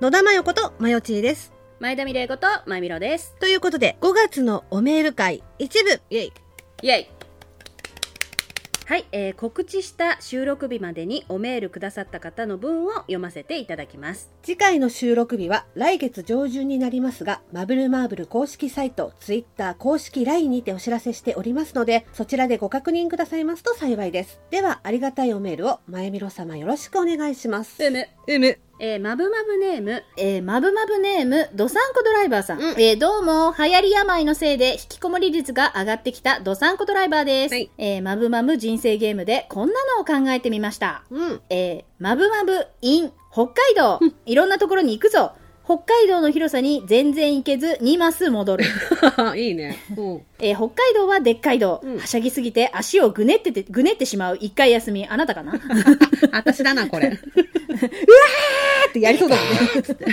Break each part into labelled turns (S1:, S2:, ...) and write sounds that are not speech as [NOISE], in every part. S1: 野田真代ことまよちーです。
S2: 前田美玲子とまみろです。
S1: ということで、5月のおメール会一部、イェイ。
S2: イェイはい、えー告知した収録日までにおメールくださった方の文を読ませていただきます。
S1: 次回の収録日は来月上旬になりますが、マブルマーブル公式サイト、ツイッター公式 LINE にてお知らせしておりますので、そちらでご確認くださいますと幸いです。では、ありがたいおメールを、まゆみろ様よろしくお願いします。
S2: む。
S1: うむ。
S2: えー、まぶまぶネーム、
S3: えー、まぶまぶネーム、どさんこドライバーさん。
S1: うん
S3: えー、どうも、流行り病のせいで、引きこもり率が上がってきたどさんこドライバーです。
S1: はい
S3: えー、まぶまぶ人生ゲームで、こんなのを考えてみました。
S1: うん。
S3: えー、まぶまぶ in 北海道。いろんなところに行くぞ。北海道の広さに全然行けず、2マス戻る。
S1: [LAUGHS] いいね。うん。
S3: えー、北海道はでっかい道。
S1: うん
S3: はしゃぎすぎて、足をぐねってて、ぐねってしまう。一回休み。あなたか
S2: [LAUGHS]
S3: な
S1: 私だな、これ。 [LAUGHS] うわーってやりそうだもんね。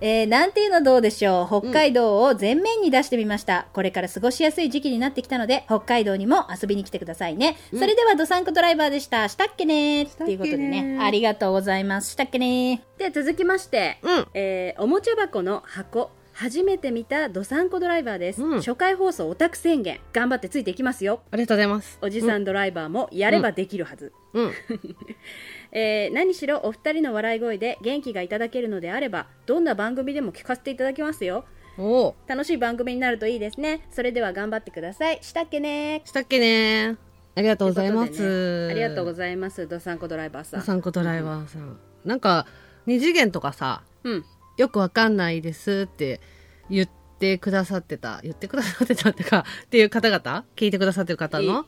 S3: えーなんていうのどうでしょう北海道を前面に出してみました、これから過ごしやすい時期になってきたので北海道にも遊びに来てくださいね、
S1: うん
S3: それではどさんこドライバーでしたしたっけねーっていうこ
S1: し
S3: とで
S1: たっけね
S3: ね
S1: ー
S3: ありがとうございますしたっけね
S2: で、続きまして、
S1: うん。
S2: えーおもちゃ箱の箱。初めて見たどさんこドライバーです、
S1: うん
S2: 初回放送オタク宣言。頑張ってついていきますよ。
S1: ありがとうございます。
S2: おじさんドライバーもやればできるはず。
S1: うん。
S2: えー何しろお二人の笑い声で元気がいただけるのであれば、どんな番組でも聞かせていただきますよ。
S1: おお。
S2: 楽しい番組になるといいですね。それでは頑張ってください。したっけね
S1: したっけねありがとうございま
S2: という
S1: す。
S2: ことでねありがとうご
S1: ざい
S2: ざいます。どさんこドライバーさ
S1: お
S2: ん。
S1: さんこドライバーさん。なんか、二次元とかさ、
S2: うん。
S1: よくわかんないですって言ってくださってた、言ってくださってたってか、っていう方々、聞いてくださってる方の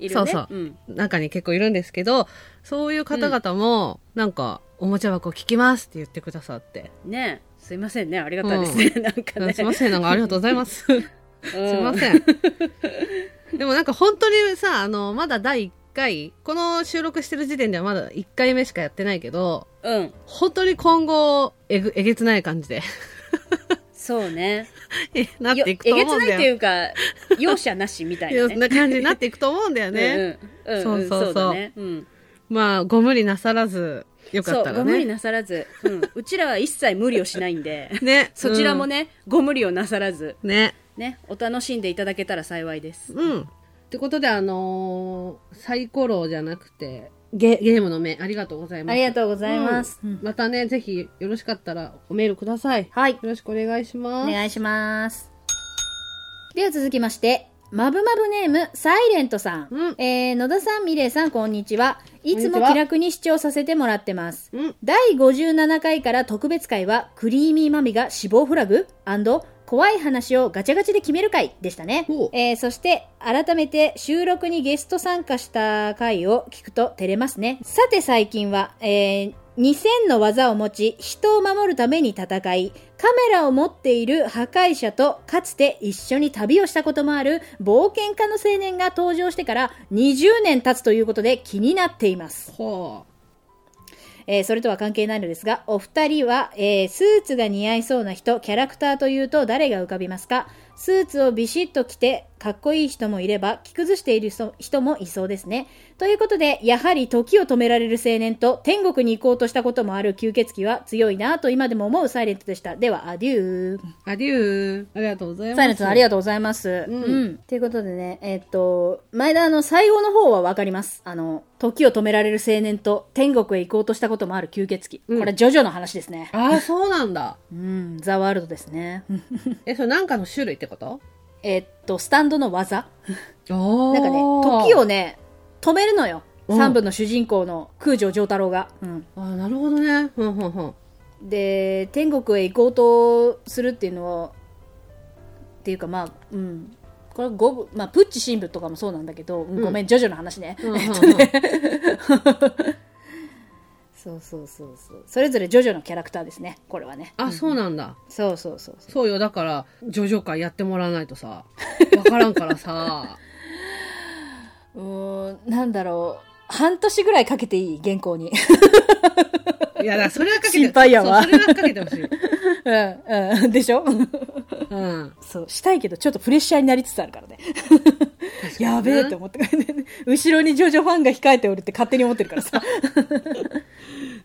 S2: いるね。
S1: そうそう
S2: うん。
S1: 中に結構いるんですけど、そういう方々も、なんか、おもちゃ箱聞きますって言ってくださって。
S2: ねえすいませんね。ありがたいですね。 [LAUGHS] なんかね。
S1: すいません、なんかありがとうございます。す
S2: うん。
S1: いませ [LAUGHS] ん。でもなんか本当にさ、あの、まだ第1回、この収録してる時点ではまだ1回目しかやってないけど、
S2: うん。
S1: 本当に今後、えぐ、えげつない感じで、 [LAUGHS]
S2: そうね。
S1: なっ
S2: よ
S1: て
S2: え
S1: い
S2: げ
S1: くと思
S2: つ
S1: うん
S2: ない
S1: だ
S2: ってい
S1: よ。
S2: うか、容赦なしみた
S1: [LAUGHS]
S2: いな
S1: そ
S2: ね。
S1: んな感じになっていくと思うんだよね。
S2: うんうん。
S1: そ
S2: うん
S1: う
S2: うん。
S1: そうそう
S2: そうだね。うん。
S1: まあ、ご無理なさらず、よか
S2: そ
S1: った
S2: う、
S1: ら
S2: ご無理
S1: ね。
S2: なさらず。うん。うちらは一切無理をしないんで、
S3: [LAUGHS]
S1: ね。
S2: そちらもね、ご無理をなさらず、
S1: うん。ね。
S2: ね、お楽しんでいただけたら幸いです。
S1: うん。ってことで、あのーサイコロじゃなくて、ゲ、ゲームの目、ありがとうござい
S3: ー
S1: ま
S3: あ
S1: す。
S3: りがとうございます、
S1: うん
S3: うん
S1: またね、ぜひ、よろしかったら、おメールください。よ
S3: はい
S1: ろしくお願いしま
S3: お
S1: す。
S3: 願いしますでは続きましてまぶまぶネームサイレントさん、
S1: うん
S3: えー野田さんみれいさんこんにちはいつ
S1: こんにち
S3: も
S1: は
S3: 気楽に視聴させてもらってます
S1: うん。
S3: 第57回から特別会は、クリーミーマミが死亡フラグ怖い話をガチャガチャで決める回でしたね
S1: おう。
S3: えーそして、改めて収録にゲスト参加した回を聞くと照れますね。さて最近は、えー2000の技を持ち、人を守るために戦い、カメラを持っている破壊者とかつて一緒に旅をしたこともある冒険家の青年が登場してから20年経つということで気になっています。
S1: ほ
S3: えーそれとは関係ないのですが、お二人は、えースーツが似合いそうな人、キャラクターというと誰が浮かびますかスーツをビシッと着て、かっこいい人もいれば、着崩している人人もいそうですね。ということで、やはり時を止められる青年と、天国に行こうとしたこともある吸血鬼は強いなと今でも思うサイレントでした。では、アデュー。
S1: う。アデュー。ありがとうございます。
S3: サイレントさんあり
S1: が
S3: がとうございます。
S1: うん
S3: ということでね、えーっと、前田あの最後の方はわかります。あの、時を止められる青年と天国へ行こうとしたこともある吸血鬼。
S1: うん
S3: これ、ジョジョの話ですね。
S1: ああ、そうなんだ。
S3: うん、ザワールドですね。
S1: え、それなんかの種類ってこと
S3: えーっと、スタンドの技。
S1: お
S3: なんかね、時を。ね、止めるのよ。
S1: うん
S3: 三部の主人公の空城城太郎が。うん。
S1: ああ、なるほどね。ほんほんほん。
S3: で、天国へ行こうとするっていうのを、っていうかまあ、うん。これ五部、まあ、プッチ新聞とかもそうなんだけど、
S1: ん
S3: ごめん、ジョジョの話ね。
S1: うんうんうん
S3: そうそうそうそう。それぞれジョジョのキャラクターですね。これはね。
S1: あ、そうなんだ。
S3: そうそうそうそう。
S1: そうよ、だから、ジョジョ会やってもらわないとさ、わからんからさ。
S3: うーん、なんだろう。半年ぐらいかけていい、原稿に。
S1: いや、だからそれはかけて、
S3: 心配やわ
S1: そうそれはかけてほしい。
S3: うん、 [LAUGHS] うん。でしょ
S1: うん。
S3: そう、したいけど、ちょっとプレッシャーになりつつあるからね。やべえって思って、後ろにジョジョファンが控えておるって勝手に思ってるからさ。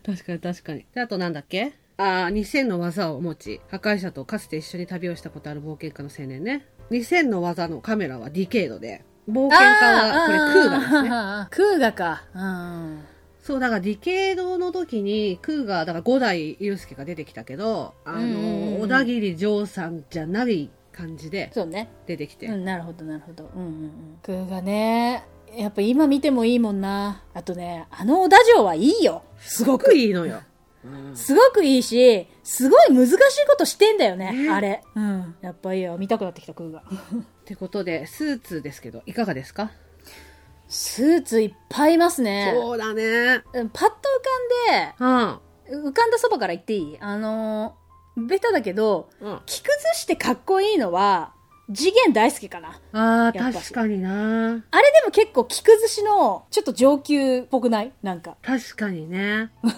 S1: 確かに確かに。であとなんだっけああ、2000の技を持ち、破壊者とかつて一緒に旅をしたことある冒険家の青年ね。2000の技のカメラはディケードで、冒険家はこれクーガですね。
S3: ね。クーガか。うん。
S1: そう、だからディケードの時に、クーガー、だから五代祐介が出てきたけど、あ
S3: うんうんう
S1: の、
S3: ん
S1: 小田切丈さんじゃない感じで
S3: そうね。
S1: 出てきて。
S3: うん、なるほどなるほど、うんうんうん、クーがねやっぱ今見てもいいもんなあとねあの小田城はいいよ
S1: すごくいいのよ。うん
S3: すごくいいしすごい難しいことしてんだよね、
S1: ね
S3: あれ、うん、やっぱいいよ見たくなってきたクーが
S1: ってことで、スーツですけど、いかがですか、
S3: スーツいっぱいいますね
S1: そうだね。
S3: うんパッと浮かんで
S1: うん。
S3: 浮かんだそばから言っていいあのーベタだけど
S1: うん、
S3: 着崩してかっこいいのは次元大好きかな
S1: ああ、
S3: やっぱし
S1: 確かにな。
S3: あれでも結構着崩しのちょっと上級っぽくないなんか
S1: 確かにね。
S3: あ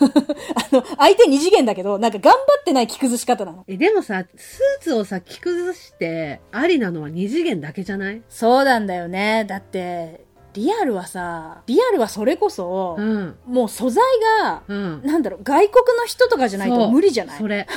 S3: の、相手二次元だけど、なんか頑張ってない着崩し方なの。
S1: え、でもさ、スーツをさ、着崩して、ありなのは二次元だけじゃない
S3: そうなんだよね。だって、リアルはさ、リアルはそれこそ、
S1: うん。
S3: もう素材が、
S1: うん。
S3: なんだろう、外国の人とかじゃない
S1: そう
S3: と無理じゃない
S1: そ
S3: [LAUGHS]
S1: れ。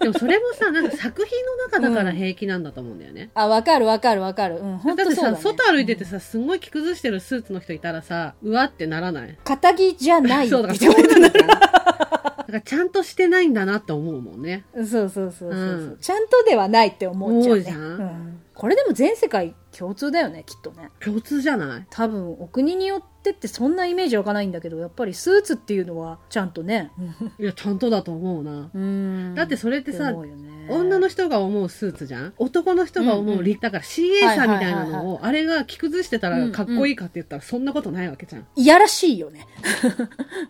S1: でもそれもさ、なんか作品の中だから平気なんだと思うんだよね。
S3: あ、わかるわかるわかる。うん、ほん
S1: だっ
S3: と
S1: て
S3: そう
S1: さ、
S3: だ、ね。
S1: 外歩いててさ、すごい着崩してるスーツの人いたらさ、うわってならない。
S3: 肩着じゃないっ
S1: [LAUGHS]
S3: て
S1: そう
S3: 言
S1: だ
S3: っ
S1: から、そう
S3: て
S1: なんだよね。だからちゃんとしてないんだなって思うもんね。
S3: そうそうそうそう、
S1: うん
S3: ちゃんとではないって思っちゃう
S1: 思う
S3: ね。
S1: じゃん
S3: うんこれでも全世界共通だよね、きっとね。
S1: 共通じゃない
S3: 多分、お国によってってそんなイメージわかないんだけど、やっぱりスーツっていうのは、ちゃんとね。
S1: いや、ちゃんとだと思うな。
S3: うん
S1: だってそれってさ
S3: て思うよね
S1: 女の人が思うスーツじゃん男の人が思う
S3: うん
S1: リ、だから CA さんみたいな
S3: はいはいはい
S1: のを、あれが着崩してたらかっこいいかって言ったらそんなことないわけじゃん。
S3: いやらしいよね。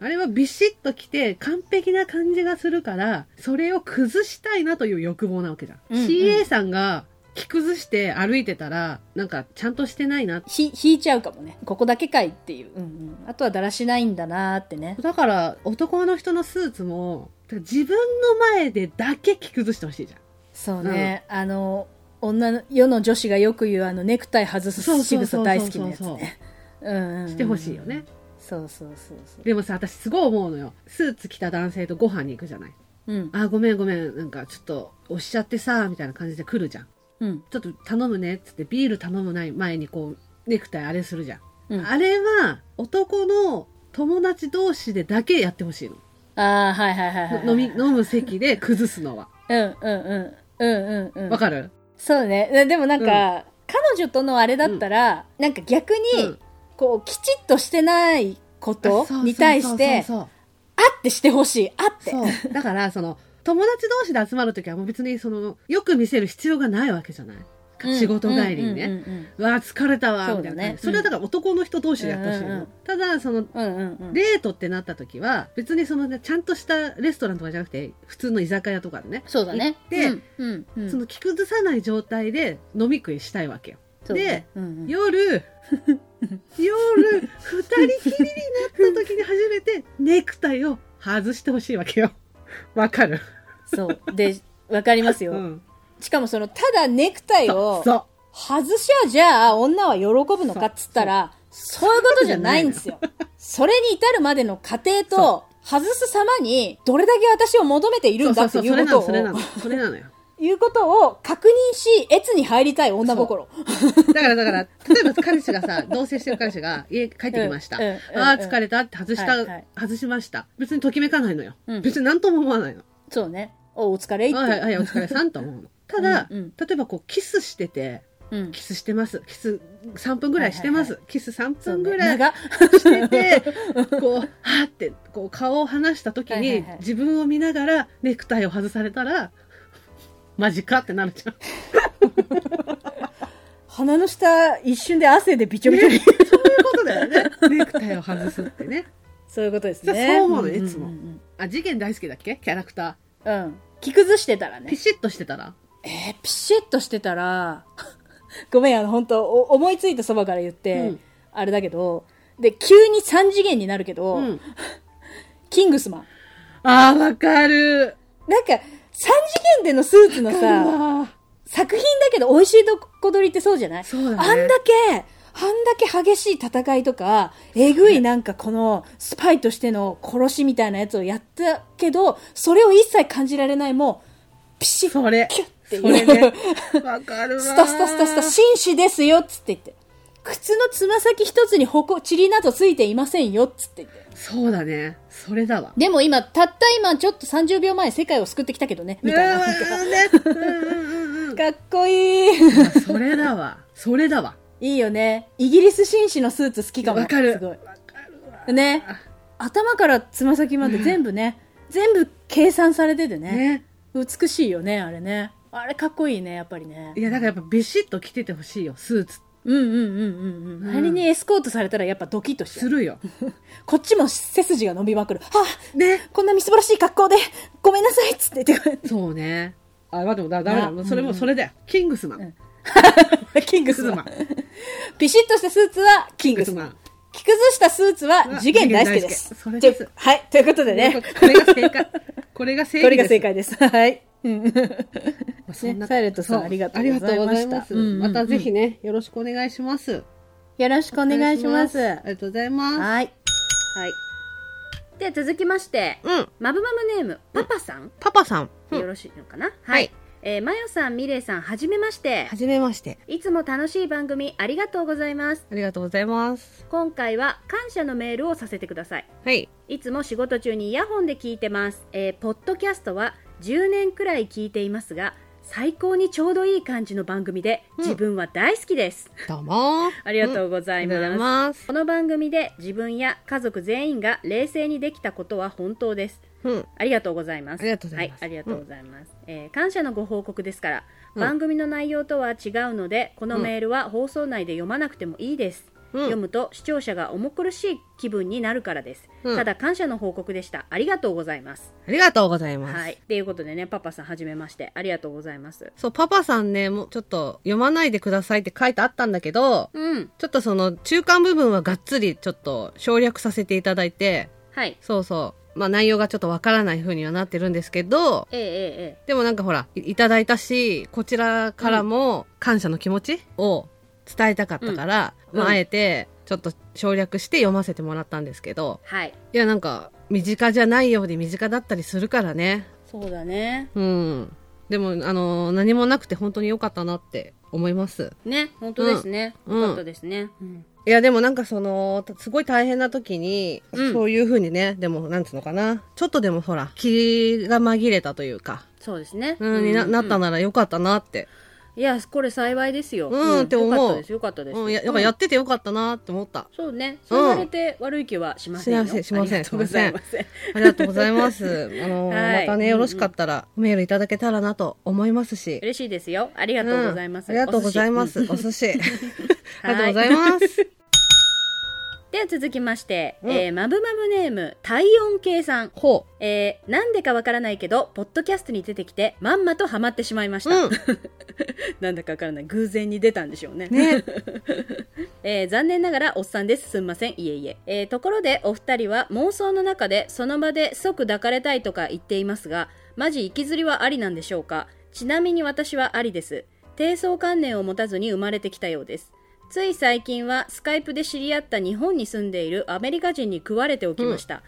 S1: あれはビシッと着て完璧な感じがするから、それを崩したいなという欲望なわけじゃん。
S3: うんうん
S1: CA さんが着崩して歩いてたら、なんかちゃんとしてないな。
S3: ひ、引いちゃうかもね。ここだけかいっていう。うんうん。あとはだらしないんだなーってね。
S1: だから男の人のスーツも、てか自分の前でだけ着崩してほしいじゃん。
S3: そうね。あの、女の、世の女子がよく言うあの、ネクタイ外す仕草大好きなやつ
S1: そうそうそうそう
S3: ね。 [LAUGHS] うんうんうん。
S1: してほしいよね。。
S3: そうそうそうそう。
S1: でもさ、私すごい思うのよ。スーツ着た男性とご飯に行くじゃない。
S3: うん。
S1: あ、ごめんごめん、なんかちょっと押しちゃってさ、みたいな感じで来るじゃん。
S3: うん。
S1: ちょっと頼むね、っつってビール頼むない前にこう、ネクタイあれするじゃん。
S3: うん、あ
S1: あれは、男の友達同士でだけやってほしいの。
S3: あー、はいはいはいはい。
S1: の飲み、飲む席で崩すのは。
S3: うんうんうん。うんうんうん。
S1: わかる
S3: そうね。ででもなんか、
S1: うん
S3: 彼女とのあれだったら、なんか逆に、
S1: うん
S3: こう、きちっとしてないことに対して、
S1: そう
S3: あってしてほしい。あって。
S1: そうそうそうそう [LAUGHS] だから、その、友達同士で集まるときはもう別に、その、よく見せる必要がないわけじゃない。仕事帰りにね。
S3: ね。
S1: わあ疲れたわ
S3: そう
S1: みた
S3: だね
S1: いな感じ、
S3: う
S1: そ
S3: ん
S1: れはだから男の人同士でやってほしいの、
S3: うんうんうん
S1: ただその
S3: うんうんうん。
S1: デートってなった時は別にその、ね、ちゃんとしたレストランとかじゃなくて普通の居酒屋とかでね、
S3: そうだね。
S1: で
S3: うんうんうん、
S1: その着崩さない状態で飲み食いしたいわけよ
S3: そうだね、うんうん [LAUGHS]
S1: 夜夜二人きりになった時に初めてネクタイを外してほしいわけよわかる
S3: そう。で、わかります
S1: う
S3: よ、
S1: ん
S3: しかもその、ただネクタイ
S1: そ
S3: を
S1: うそう
S3: 外しゃ、じゃあ女は喜ぶのかっつったら、そういうことじゃないんですよ。それに至るまでの過程と、外す様に、どれだけ私を求めているんだって
S1: そう
S3: い
S1: そう
S3: うことを
S1: そ、れなのそれなのそれなのよ
S3: いうことを確認し、越に入りたい女心。
S1: だからだから、例えば彼氏がさ、同棲してる彼氏が家帰ってきました。
S3: うんうんうん
S1: ああ、疲れたって外した、
S3: はいはい
S1: 外しました。別にときめかないのよ。
S3: うん
S1: 別に何とも思わないの。
S3: そうね。お、お疲れいって。
S1: はいはい、お疲れさんと思うの。ただ、
S3: うんうん
S1: 例えばこう、キスしてて、
S3: うん。
S1: キスしてます。キス3分ぐらいしてます。キス3
S3: そう
S1: 分
S3: ね
S1: ぐらい
S3: 長っ
S1: してて、こう、はーって、こう、顔を離した時に、
S3: はいはいはい
S1: 自分を見ながらネクタイを外された
S3: [LAUGHS]
S1: ら、マジかってなるじゃん。
S3: 鼻の下一瞬で汗でびちょびちょに。
S1: そういうことだよね。ネクタイを外すってね。
S3: そういうことです
S1: そう
S3: ね。
S1: そう思うの
S3: んんん
S1: いつもあ、次元大好きだっけキャラクター。
S3: うん。着崩してたら
S1: ピ
S3: ね。
S1: シッとしてたら
S3: えーピシッとしてたら、 [LAUGHS] ごめん、あの、本当お思いついたそばから言って、
S1: うん
S3: あれだけど、で、急に3次元になるけど、
S1: うん。
S3: キングスマン。
S1: あー、わかる。
S3: なんか、3次元でのスーツの
S1: わかる
S3: さ、
S1: わ
S3: 作品だけど、美味しいどこ取りってそうじゃない
S1: そうだね
S3: あんだけ、あんだけ激しい戦いとか、えぐいなんかこのスパイとしての殺しみたいなやつをやったけど、それを一切感じられない、もう、ピシッ、
S1: それ
S3: キュッてい。
S1: そうれねわかるわ
S3: スタスタスタスタ、紳士ですよっつって言って。靴のつま先一つにほこ、塵などついていませんよっつって言って。
S1: そうだねそれだわ
S3: でも今、たった今ちょっと30秒前世界を救ってきたけどね、みたいな。
S1: うーんねうんうんうんうん
S3: かっこいい。
S1: あそれだわそれだわ
S3: いいよね。イギリス紳士のスーツ好きかも。
S1: わかる
S3: すごい。
S1: わかるわ
S3: ね。頭からつま先まで全部ね、全部計算されててね。
S1: ね
S3: 美しいよね、あれね。あれかっこいいね、やっぱりね
S1: い。やだからやっぱビシッと着ててほしいよスーツ
S3: うんうんうんうんうん。
S1: うん
S3: あれにエスコートされたらやっぱドキッとしちゃ
S1: す
S3: う。
S1: るよ
S3: こっちも背筋が伸びまくる。はあ
S1: ね
S3: こんなみすぼらしい格好で、ごめんなさいっつって言ってく
S1: そうねあまあでもだダメだ
S3: な
S1: それもそれだよキングスマン、
S3: んれキングスマン。ピシッとしたスーツはキングスマン。着崩したスーツは次元大輔です。
S1: 次元大輔それです
S3: というはい。ということでね。
S1: これが正解これが正
S3: こ
S1: 解で
S3: れが
S1: す
S3: 正解です。はい。うん
S1: まあそんな
S3: ねサイレントさん
S1: そう
S3: ありがとうございました
S1: ありがとうございます
S3: うんうんうん
S1: またぜひねよろしくお願いします
S3: よろしくお願いします。
S1: ありがとうございます
S3: は
S2: は
S3: い。
S2: い。で、続きまして、
S1: うん
S2: マブマブネーム、パパさん、
S1: パパさん
S2: よろしいのかな、は
S1: はいい。
S2: えー、マヨさん、ミレイさん、はじめまして
S1: は。じめまして
S2: いつも楽しい番組ありがとうございます。
S1: ありがとうございます
S2: 今回は感謝のメールをさせてください。
S1: はい
S2: いつも仕事中にイヤホンで聞いてます。えーポッドキャストは10年くらい聞いていますが、最高にちょうどいい感じの番組で、
S1: うん
S2: 自分は大好きです。
S1: どうも
S2: ありがとうございます。
S1: ます
S2: この番組で自分や家族全員が冷静にできたことは本当です。
S1: うん
S2: ありがとうございます。
S1: ありがとうございます
S2: はありがとうございます。えー感謝のご報告ですから、
S1: うん
S2: 番組の内容とは違うので、このメールは放送内で読まなくてもいいです。
S1: うん
S2: 読むと視聴者が重苦しい気分になるからです、
S1: うん
S2: ただ感謝の報告でしたありがとうございます
S1: ありがとうございます、
S2: はいっていうことでねパパさんはじめましてありがとうございます
S1: そうパパさんねもうちょっと読まないでくださいって書いてあったんだけど
S2: うん
S1: ちょっとその中間部分はがっつりちょっと省略させていただいて
S2: はい
S1: そうそうまあ内容がちょっとわからない風にはなってるんですけど
S2: えええええ
S1: でもなんかほら、いいただいたし、こちらからも感謝の気持ちを伝えたかったから、
S2: うん
S1: ま
S2: う
S1: あ、
S2: ん
S1: あえて、ちょっと省略して読ませてもらったんですけど
S2: え、はい
S1: いや、なんか、身近じゃないようで身近だったりするからね。
S2: そうだね
S1: うん。でも、あのー何もなくて本当に良かったなって思います。
S2: ね本当ですね、
S1: うん
S2: よかったですね、うん
S1: いや、でもなんかその、すごい大変な時に、
S2: うん
S1: そういう風にね、でも、なんつうのかな、ちょっとでもほら、気が紛れたというか、
S2: そうですね
S1: うん、にななった
S2: の
S1: なら良かったなって
S2: いやこれ幸いですよ
S1: うんって思う
S2: よかったですよかったです、
S1: うん、やなんかやっててよかったなって思
S2: [LAUGHS]
S1: った。
S2: そうねそう言われて悪い気はしませんよ、
S1: しませんしません
S2: ありがとうございません
S1: ありがとうございます。あのー
S2: はい
S1: またね、よろしかったら、メールいただけたらなと思いますし。
S2: [LAUGHS] 嬉しいですよありがとうございます、
S1: うんありがとうございます。お
S2: [LAUGHS]
S1: 寿司。ありがとうござい
S2: す
S1: ます。
S2: では続きまして、
S1: うん
S2: えーマブマブネーム体温計さん
S1: ほ
S2: えーなんでかわからないけどポッドキャストに出てきてまんまとハマってしまいまし
S1: う。
S2: た、
S1: うん。
S2: [LAUGHS] なんだかわからない偶然に出たんでしょうね
S1: ね。
S2: えー残念ながらおっさんですすんませんいえいええーところでお二人は妄想の中でその場で即抱かれたいとか言っていますがマジ息ずりはありなんでしょうかちなみに私はありです低層観念を持たずに生まれてきたようですつい最近はスカイプで知り合った日本に住んでいるアメリカ人に食われておきました、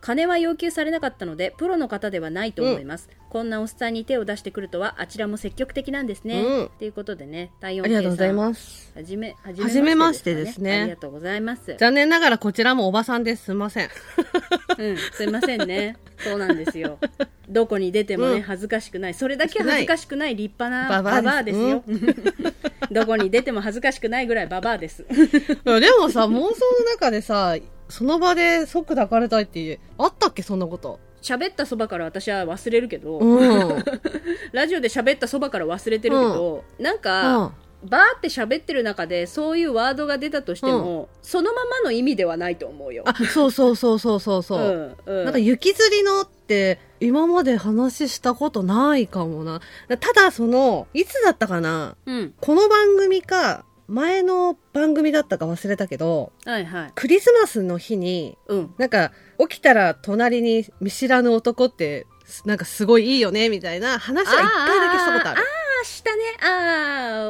S2: 金は要求されなかったのでプロの方ではないと思います、こんなおっさんに手を出してくるとはあちらも積極的なんですね、
S1: うん
S2: っていうことでね体温
S1: ありがとうござい
S2: 計算
S1: ます。
S2: はじめ、は
S1: じめましてですね
S2: ありがとうございます。
S1: 残念ながらこちらもおばさんです。すいま
S2: [LAUGHS]
S1: せん。
S2: うん、すいませんね。そうなんですよ。 [LAUGHS] どこに出ても
S1: う
S2: ね、
S1: ん
S2: 恥ずかしくない。それだけ恥ずかしくない立派
S1: バ
S2: なバ
S1: バ
S2: バア
S1: ア
S2: で
S1: ですす
S2: よ。 [LAUGHS] どこに出ても恥ずかしくないぐらいババアです。
S1: いやでもさ、妄想の中でさ、その場で即抱かれたいって、あったっけそんなこと。
S2: [LAUGHS] 喋ったそばから私は忘れるけど、
S1: うん。
S2: ラジオで喋ったそばから忘れてるけど、なん
S1: う
S2: か、
S1: ん
S2: バーって喋ってる中でそういうワードが出たとしても、そのままの意味ではないと思うよ。
S1: あ、そうそうそうそうそうそう。
S2: うん、うん。
S1: なんか雪吊りのって今まで話したことないかもな。ただその、いつだったかな
S2: うん。
S1: この番組か、前の番組だったか忘れたけど、
S2: はいはい。
S1: クリスマスの日に、
S2: うん。
S1: なんか起きたら隣に見知らぬ男って、すなんかすごいいいよねみたいな話は一回だけしたことある。
S2: ああ、したね。あ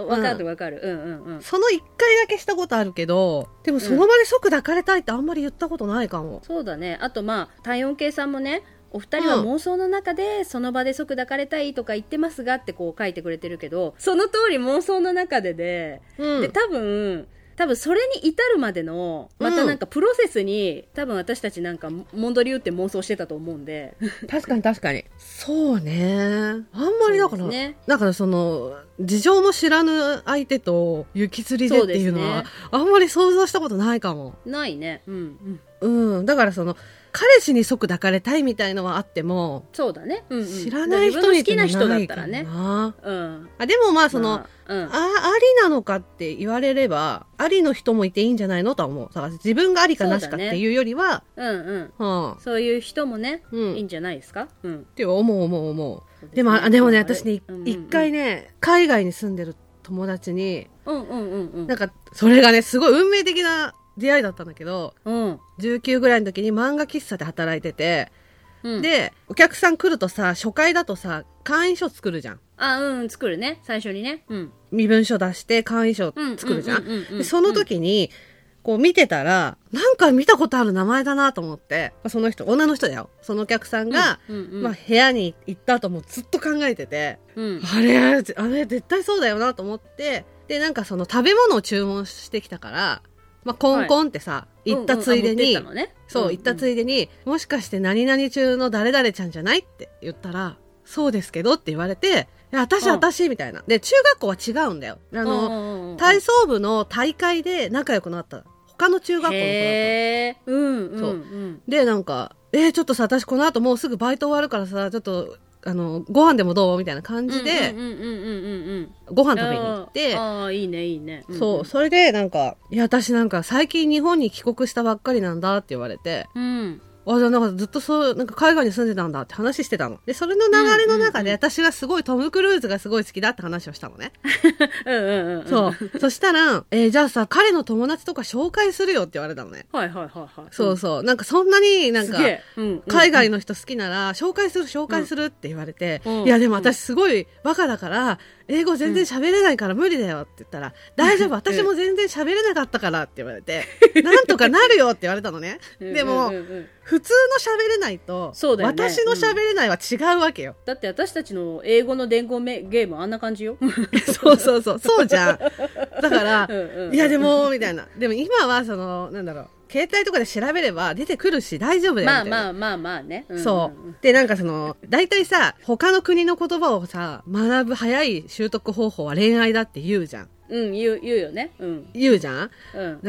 S2: あ、わかるわかる。うんうんうん。
S1: その一回だけしたことあるけど、でもその場で即抱かれたいってあんまり言ったことないかも。
S2: そうだね。あとまあ、体温計さんもね、お二人は妄想の中で、その場で即抱かれたいとか言ってますがってこう書いてくれてるけど、その通り妄想の中でで、
S1: うん。
S2: で、多分、多分それに至るまでの、またなんかプロセスに、多分私たちなんか、もんどり打って妄想してたと思うんで。
S1: 確かに確かに。そうね。あんまりだから、
S2: そうですね
S1: だからその、事情も知らぬ相手と行きずりでっていうの
S2: そう
S1: は、
S2: です
S1: あんまり想像したことないかも。
S2: ないね。うんうん。
S1: うん。だからその、彼氏に即抱かれたいみたいのはあっても、
S2: そうだね。うんうん、
S1: 知らない人に
S2: 自分の好きな人だ
S1: な
S2: っ
S1: い
S2: た
S1: からな
S2: ね。うん。
S1: あでもまあその、
S2: まあ、うん
S1: あ、ありなのかって言われれば、ありの人もいていいんじゃないのとは思う。だから自分がありかなしかっていうよりは、
S2: うんうん。
S1: はあ、
S2: そういう人もね、
S1: うん
S2: いいんじゃないですか。うん。
S1: って思う思う思う。でも、あでもね、私ね、い
S2: うんうんうん
S1: 一回ね、海外に住んでる友達に、
S2: うんうんうんうん。
S1: なんか、それがね、すごい運命的な出会いだったんだけど、
S2: うん。
S1: 19ぐらいの時に漫画喫茶で働いてて、
S2: うん、
S1: で、お客さん来るとさ、初回だとさ、会員証作るじゃん。
S2: あ、うん、作るね。最初にね。うん。
S1: 身分証出して会員証
S2: うん。
S1: 作るじゃん
S2: う。ううう
S1: でその、時に、こう見てたら、なんか見たことある名前だなと思って、まあその人、女の人だよ。そのお客さんが、
S2: うんうんうん
S1: まあ部屋に行った後もずっと考えてて、
S2: うん。
S1: あれ、あれ絶対そうだよなと思って、で、なんかその食べ物を注文してきたから、まあコンコンってさ、行ったついでに、
S2: うんうんあ持ってったのね、
S1: そう、行ったつ
S2: い
S1: いでに、もしかして何々中の誰々ちゃんじゃないって言ったら、そうですけどって言われて、いや、私、
S2: うん
S1: 私、みたいな。で、中学校は違うんだよ。あ
S2: あ
S1: の、
S2: の
S1: 体操部の大会で仲良くなった他の中学校の子だった
S2: へーうんうん。。
S1: そうんでなんか「えー、ちょっとさ私この後もうすぐバイト終わるからさちょっとあのご飯でもどう?」みたいな感じで、
S2: うんうんうんうんうんうん。
S1: ご飯食べに行って
S2: あーあー、いいね、いいね。
S1: そうそれでなんか「いや私なんか最近日本に帰国したばっかりなんだ」って言われて
S2: うん。うん。
S1: 「あじゃあなんかずっとそうなんか海外に住んでたんだ」って話してたのでそれの流れの中で
S2: うんうんうん
S1: 私がすごいトム・クルーズがすごい好きだって話をしたのね
S2: うんうんうん。
S1: そうそしたら、えーじゃあさ彼の友達とか紹介するよ」って言われたのね
S2: うん。はいはいはいはい。
S1: そうそう。なんかそんなになんか
S2: す、げえうんうん。
S1: 海外の人好きなら、紹介する、紹介するって言われて、
S2: うん
S1: いやでも私すごいバカだから、英語全然喋れないから無理だよって言ったら、大丈夫、
S2: [LAUGHS]
S1: 私も全然喋れなかったからって言われて、なんとかなるよって言われたのね。
S2: うん
S1: でも
S2: うんうんうん
S1: 普通の喋れないと、
S2: そうだよね
S1: 私の喋れないは違うわけよ。
S2: だって私たちの英語の伝言めゲームあんな [LAUGHS] 感
S1: [LAUGHS]
S2: じよ。
S1: そうそうそう、そうじゃん。だから
S2: う、んうん
S1: いやでも、みたいな。でも今はその、なんだろう、携帯とかで調べれば出てくるし大丈夫だよみ
S2: ま
S1: たい
S2: あ
S1: な。
S2: まあまあまあね。ん
S1: そう。で、なんかその、大体さ、他の国の言葉をさ、学ぶ早い習得方法は恋愛だって言うじゃん。
S2: うん。うん、言う、言うよね。うん。
S1: 言うじゃん
S2: う
S1: だ
S2: ん。
S1: か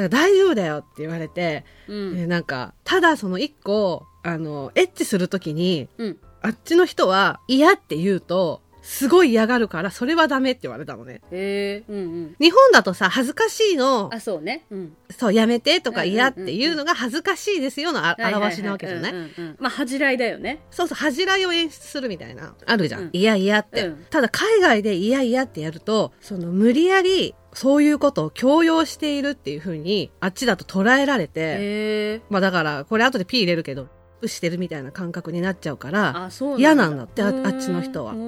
S1: ら大丈夫だよって言われて、
S2: う
S1: で
S2: ん。
S1: なんか、ただその一個、あの、エッチするときに、
S2: うん。
S1: あっちの人は嫌って言うと、すごい嫌がるから、それはダメって言われたのね。
S2: へえ。うんうん。
S1: 日本だとさ、恥ずかしいの
S2: あ、、そうね。うん。
S1: そう、やめてとか
S2: うんうんうん
S1: 嫌っていうのが恥ずかしいですよのあ
S2: はいはいはい
S1: 表しなわけじゃない
S2: うんうんうんまあ、恥じらいだよね。
S1: そうそう、恥じらいを演出するみたいな。あるじゃん。
S2: うん
S1: いやいやって。
S2: うん
S1: ただ、海外でいやいやってやると、その、無理やり、そういうことを強要しているっていう風に、あっちだと捉えられて、
S2: へえ。
S1: まあだから、これ後で P 入れるけど、してるみたいな感覚になっちゃうから、
S2: あ、そう
S1: 嫌なんだってあ
S2: うーん
S1: あっちの人は
S2: うー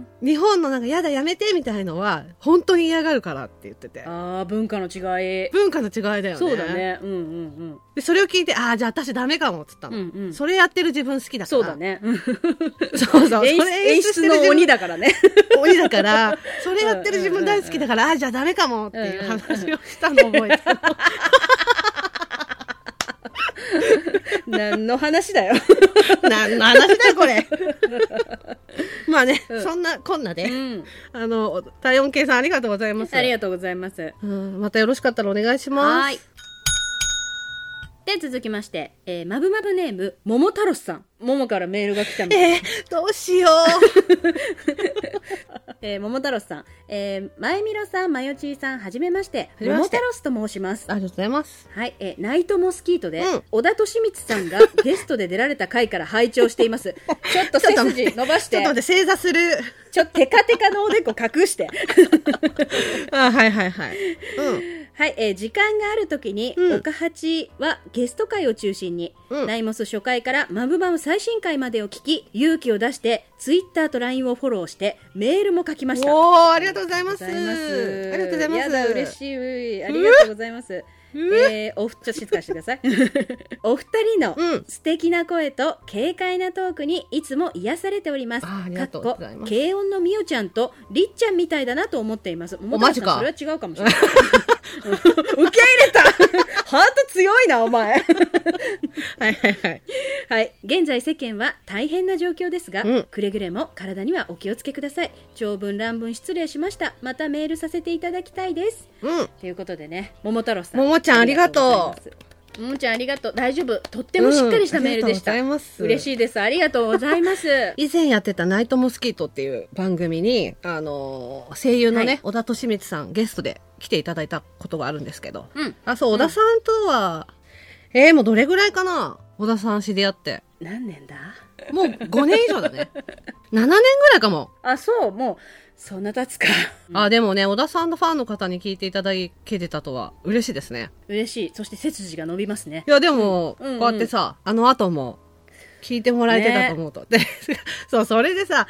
S2: ん
S1: 日本のなんか、やだやめてみたいのは、本当に嫌がるからって言ってて。
S2: あー文化の違い。
S1: 文化の違いだよね。
S2: そうだ。ね。うんうん
S1: で、それを聞いて、ああ、じゃあ私ダメかもって言った
S2: うん。う
S1: の。
S2: んうん。
S1: それやってる自分好きだから。
S2: そうだ。ね。うん
S1: [LAUGHS] そうそう。
S2: 演
S1: そ
S2: 出
S1: れ
S2: 演
S1: して
S2: 出
S1: る自
S2: の
S1: 分
S2: 鬼だから
S1: [LAUGHS]
S2: ね。
S1: 鬼だ
S2: [LAUGHS]
S1: から、それやってる自分大好きだから、あ、じゃあダメかもっていう話をしたの覚えてる。
S2: 何の話だよ。
S1: 何の話だよこ
S2: [LAUGHS]
S1: れ。まあね、
S2: うん
S1: そんなこんな
S2: う
S1: で、
S2: ん。
S1: あの、体温計さんありがとうございます。
S2: ありがとうございます。
S1: うん、またよろしかったらお願いします。
S2: はい。で、続きまして、えー、まぶまぶネーム、桃太郎さん。桃からメールが来たみたい。
S1: えー、どうしよ
S2: [LAUGHS] えー、桃太郎さん。えー、まえみろさん、まよちーさん、はじめまして。
S1: はじめま
S2: 桃
S1: して
S2: 太郎と申します
S1: う。。ありがとうございます。
S2: はい、えーナイトモスキートで、
S1: うん
S2: 小田利光さんが [LAUGHS] ゲストで出られた回から拝聴してい [LAUGHS] ます。ちょっと
S1: ちょっ
S2: 背
S1: と待って
S2: 筋伸ばし
S1: ちょ
S2: て
S1: っと、待って、正座す
S2: [LAUGHS]
S1: る。
S2: ちょっとテカテカのおでこ隠して。
S1: あ、はいはいはい。うん。
S2: はい、えー時間がある時に、
S1: うん
S2: 岡八はゲスト会を中心に、
S1: うん
S2: ナイモス初回からマブマブ3最新回までを聞き、勇気を出して、ツイッターと LINE をフォローして、メールも書きました。
S1: おー、ありがとうございます。
S2: ありがとうございます
S1: ありがとうございます。
S2: やだ、嬉しい。ありがとうございます。えー、おふ、ちょっと静かにしてくだ
S1: [LAUGHS]
S2: さい。お二人の
S1: うん。
S2: 素敵な声と軽快なトークにいつも癒されております。
S1: あありがとうございます
S2: かっこ軽音のみおちゃんとりっちゃんみたいだなと思っています。お
S1: マジか
S2: それは違うかもしれない。受け入れたハート強いな、お [LAUGHS] 前。
S1: はいはいはい。
S2: はい。現在世間は大変な状況ですが、
S1: うん
S2: くれぐれも体にはお気をつけください。長文乱文失礼しました。またメールさせていただきたいです。
S1: うん。
S2: ということでね、桃太郎さん。
S1: 桃ちゃんありがと
S2: うございます。桃ちゃんありがとう。大丈夫。とってもしっかりしたメールでした。
S1: うんありがとうございます
S2: 嬉しいです。ありがとうございます。
S1: [LAUGHS] 以前やってたナイトモスキートっていう番組に、あのー声優のね、
S2: はい
S1: 小田利光さんゲストで来ていただいたことがあるんですけど。
S2: うん。
S1: あ、そう、小田さんとは、えー、もうどれぐらいかな小田さん知り合って。
S2: 何年だ
S1: もう5年以上だ
S2: [LAUGHS]
S1: ね。7年ぐらいかも。
S2: あ、そう、もう、そんな経つか。
S1: あ、でもね、小田さんのファンの方に聞いていただけてたとは嬉しいですね。
S2: 嬉しい。そして背筋が伸びますね
S1: い。や、でも、
S2: うんうん
S1: こうやってさ、あの後も、聞いてもらえてたと思うと。で、 [LAUGHS] そう、それでさ、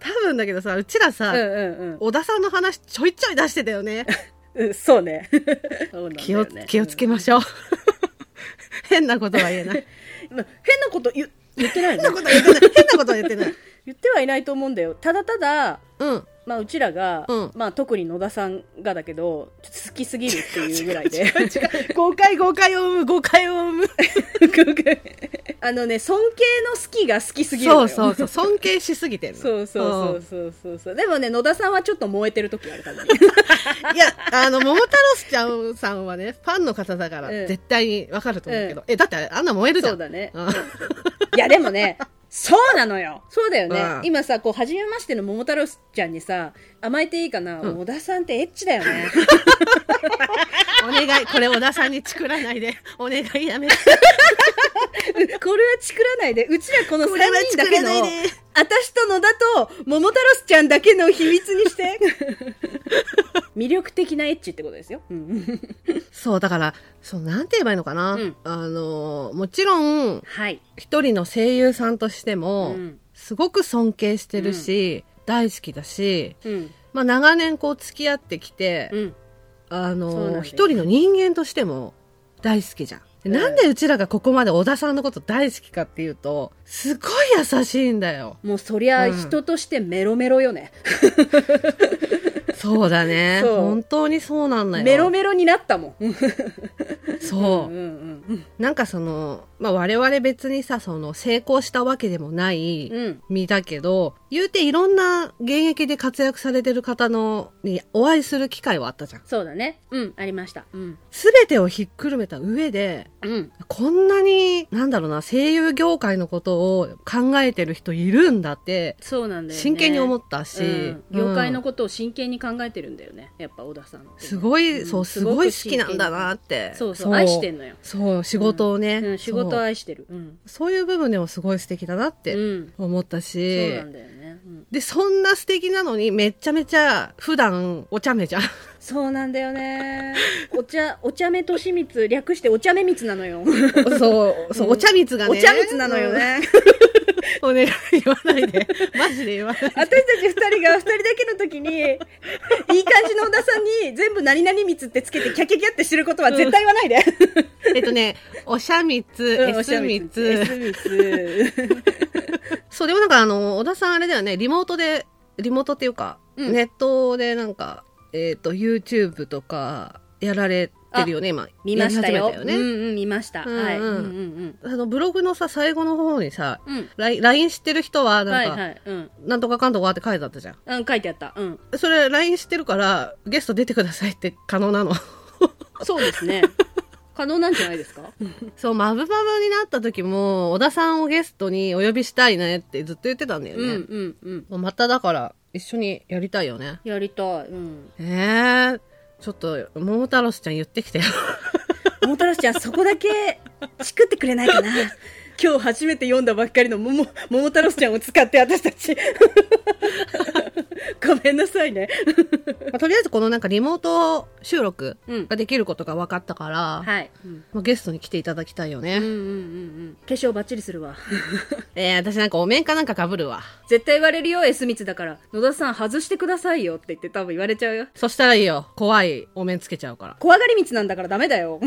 S1: 多分だけどさ、うちら
S2: う
S1: さ、
S2: んうん
S1: 小田さんの話ちょいちょい出してたよね。
S2: うんうん。そうね。 [LAUGHS] そうなんだよ
S1: [LAUGHS]
S2: ね
S1: 気を、気をつけましょう。 [LAUGHS] 変なことは言えない。
S2: うんまあ変なこと言言ってないよ
S1: [LAUGHS] 変な
S2: ね
S1: ことは言ってない。変なことは言ってない。
S2: 言ってはいないと思うんだよ。ただただ、
S1: [LAUGHS] うん。
S2: まあ、うちらが、
S1: うん
S2: まあ、特に野田さんがだけど、ちょっと好きすぎるっていうぐらいで。
S1: 誤解、誤解を生む、誤解を生む。
S2: [LAUGHS] あのね、尊敬の好きが好きすぎるの
S1: そ
S2: よ。
S1: うそうそう。 [LAUGHS] 尊敬しすぎてるの。
S2: そうそうそうそうそう。でもね、野田さんはちょっと燃えてる時あるからね。
S1: うん。いや、あの、桃太郎ちゃんさんはね、ファンの方だから、
S2: うん
S1: 絶対にわかると思うけど。
S2: う
S1: え、だってあんな燃えるじゃん。
S2: そうだね。
S1: うん
S2: いや、でもね、そうなのよ。そうだよね。
S1: うん
S2: 今さ、こう、初めましての桃太郎ちゃんにさ、甘えていいかな、
S1: うん
S2: 野田さんってエッチだよね。
S1: お願い、これ小田さんにチクらないで。お願いやめて。 [LAUGHS]
S2: [LAUGHS] これはチクらないで、うちらこの3
S1: これは
S2: 人だけの
S1: チクらないで、
S2: 私と野田と桃太郎ちゃんだけの秘密に
S1: [LAUGHS]
S2: して。魅力的なエッチってことですよ。うん
S1: [LAUGHS] そう、だから、そう、なんて言えばいいのかな。
S2: うん
S1: あの、もちろん、
S2: はい。
S1: 一人の声優さんとしても、
S2: うん
S1: すごく尊敬してるし、大好きだし、
S2: うん。
S1: まあ長年こう付き合ってきて、
S2: うん。
S1: あ
S2: そうなんだ
S1: の、
S2: よ
S1: 一人の人間としても大好きじゃん。で
S2: うん
S1: なんでうちらがここまで小田さんのこと大好きかっていうと、すごい優しいんだよ。
S2: もうそりゃ
S1: うん
S2: 人としてメロメロよね。
S1: そうだね。
S2: [LAUGHS] そう
S1: 本当にそうなんだよ。
S2: メロメロになったもん。
S1: そう。
S2: うんうんうん。
S1: なんかその、まあ、我々別にさ、その成功したわけでもない
S2: うん
S1: 身だけど、言うていろんな現役で活躍されてる方のにお会いする機会はあったじゃん。
S2: そうだね。うん。ありました。うん。
S1: すべてをひっくるめた上で、
S2: うん。
S1: こんなに、なんだろうな、声優業界のことを考えてる人いるんだって、
S2: そうなんだよね。
S1: 真剣に思ったし、
S2: うん業界の
S1: うん
S2: ことを真剣に考えてるんだよね。やっぱ小田さん。
S1: すごい、そう、
S2: うん
S1: すごい好きなんだなって。
S2: そうそう。愛してんのよ。
S1: そう、仕事をね。
S2: うん、仕事を
S1: そう
S2: 愛してる。うん。
S1: そういう部分でもすごい素敵だなっ
S2: う
S1: て
S2: ん。
S1: 思った
S2: そう
S1: し、
S2: なんだよね。うん
S1: で、そんな素敵なのに、めちゃめちゃ、普段、お茶目
S2: [LAUGHS]
S1: じゃん。
S2: そうなんだよね。お茶、お茶目としみつ、略してお茶目みつなのよ。
S1: そう、そう、お茶蜜が
S2: お
S1: ね。
S2: 茶みつなのよね。
S1: うん。お願い言わないで。マジで言わない。
S2: 私たち二人が二人だけの時に、いい感じの小田さんに全部何々みつってつけてキャキャキャってしてることは絶対言わないで。
S1: [LAUGHS] えっとね、おしゃみつ、
S2: うん
S1: え
S2: お茶
S1: すみ
S2: 蜜
S1: つ。
S2: S みつ。
S1: そう、でもなんかあの、小田さんあれだよね、リモートで、リモートっていうか、
S2: うん
S1: ネットでなんか、えっ、と、YouTube とか、やられてるよね、今。
S2: 見ましたよ。
S1: やり始
S2: う
S1: めたよね。
S2: んうん、見ました。はい。
S1: う
S2: うんん
S1: う
S2: うんんうん。
S1: あの、ブログのさ、最後の方にさ、
S2: うん。
S1: ライン LINE 知ってる人は、な
S2: は
S1: ん
S2: い
S1: か、
S2: はい。うん。
S1: なんとかかんとかって書いてあったじゃん。
S2: うん、書いてあった。うん。
S1: それ LINE してるからゲスト出てくださいって可能なの
S2: そうです [LAUGHS] ね。可能なんじゃないですか
S1: [LAUGHS] そうマブマブになった時も小田さんをゲストにお呼びしたいねってずっと言ってたんだよね、
S2: うんうんうん。
S1: もうまただから一緒にやりたいよね
S2: やりたい。うん。
S1: ええちょっと桃太郎ちゃん言ってきてよ
S2: 桃太郎ちゃん、そこだけ、チクってくれないかな。 [LAUGHS] 今日初めて読んだばっかりの桃、桃太郎ちゃんを使って私た [LAUGHS] ち。ごめんなさいね。
S1: [LAUGHS] まあとりあえずこのなんかリモート収録
S2: うん
S1: ができることが分かったから、
S2: はい。うん
S1: まあゲストに来ていただきたいよね、
S2: うんうんうん。化粧バッチリするわ。
S1: えー、私なんかお面かなんか被るわ。
S2: 絶対言われるよ、S 密だから。野田さん外してくださいよって言って多分言われちゃうよ。
S1: そしたらいいよ。怖いお面つけちゃうから。
S2: 怖がり密なんだからダメだ [LAUGHS] よ。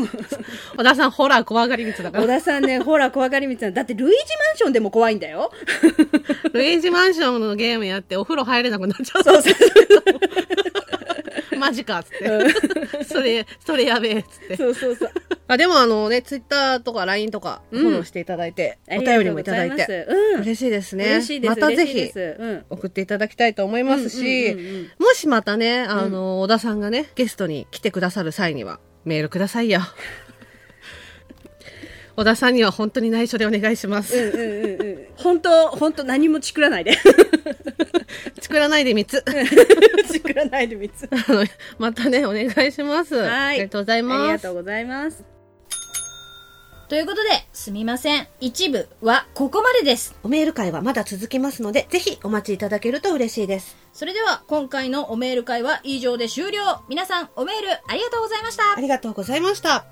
S1: 小田さん、ホラー怖がり口だか
S2: 野
S1: ら。
S2: 田さんね、ほら怖がり密なんだ。だってルイージマンションでも怖いんだよ。
S1: ルイージマンションのゲームやってお風呂入れなくなっちゃう。
S2: そうそう
S1: [LAUGHS] マジかっつって。 [LAUGHS] それ、それやべえっつって。
S2: そうそうそう。
S1: あ、でもあのね、ツイッターとか LINE とかフォローしていただいて、
S2: [LAUGHS] あ
S1: お
S2: りが
S1: 便り
S2: とう
S1: も
S2: ご
S1: いた
S2: ざ
S1: だ
S2: い
S1: い
S2: ます
S1: て。
S2: うん。
S1: 嬉しいですね。
S2: 嬉しいです。
S1: またぜ
S2: 嬉しいで
S1: ひ
S2: す、うん。
S1: 送っていただきたいと思いますし、
S2: うんうんうんうん
S1: もしまたね、あの、小田さんがね、ゲストに来てくださる際には、メールくだ
S2: [LAUGHS]
S1: さいよ。小田さんには本当に内緒でお願いします。
S2: うんうんうん。本当、本当何もチクらないで。 [LAUGHS]
S1: 作らないで3つ。
S2: チクらないで3つ。
S1: あの [LAUGHS] またね、お願いします。
S2: は
S1: あ
S2: い
S1: りがとうござい
S2: あり
S1: ま
S2: が
S1: す
S2: とう。ございます。
S3: ということで、すみません。一部はここまでです。
S4: おメール会はまだ続きますので、ぜひお待ちいただけると嬉しいです。
S3: それでは、今回のおメール会は以上で終了。皆さん、おメールありがとうございました。
S4: ありがとうございました。
S1: ました。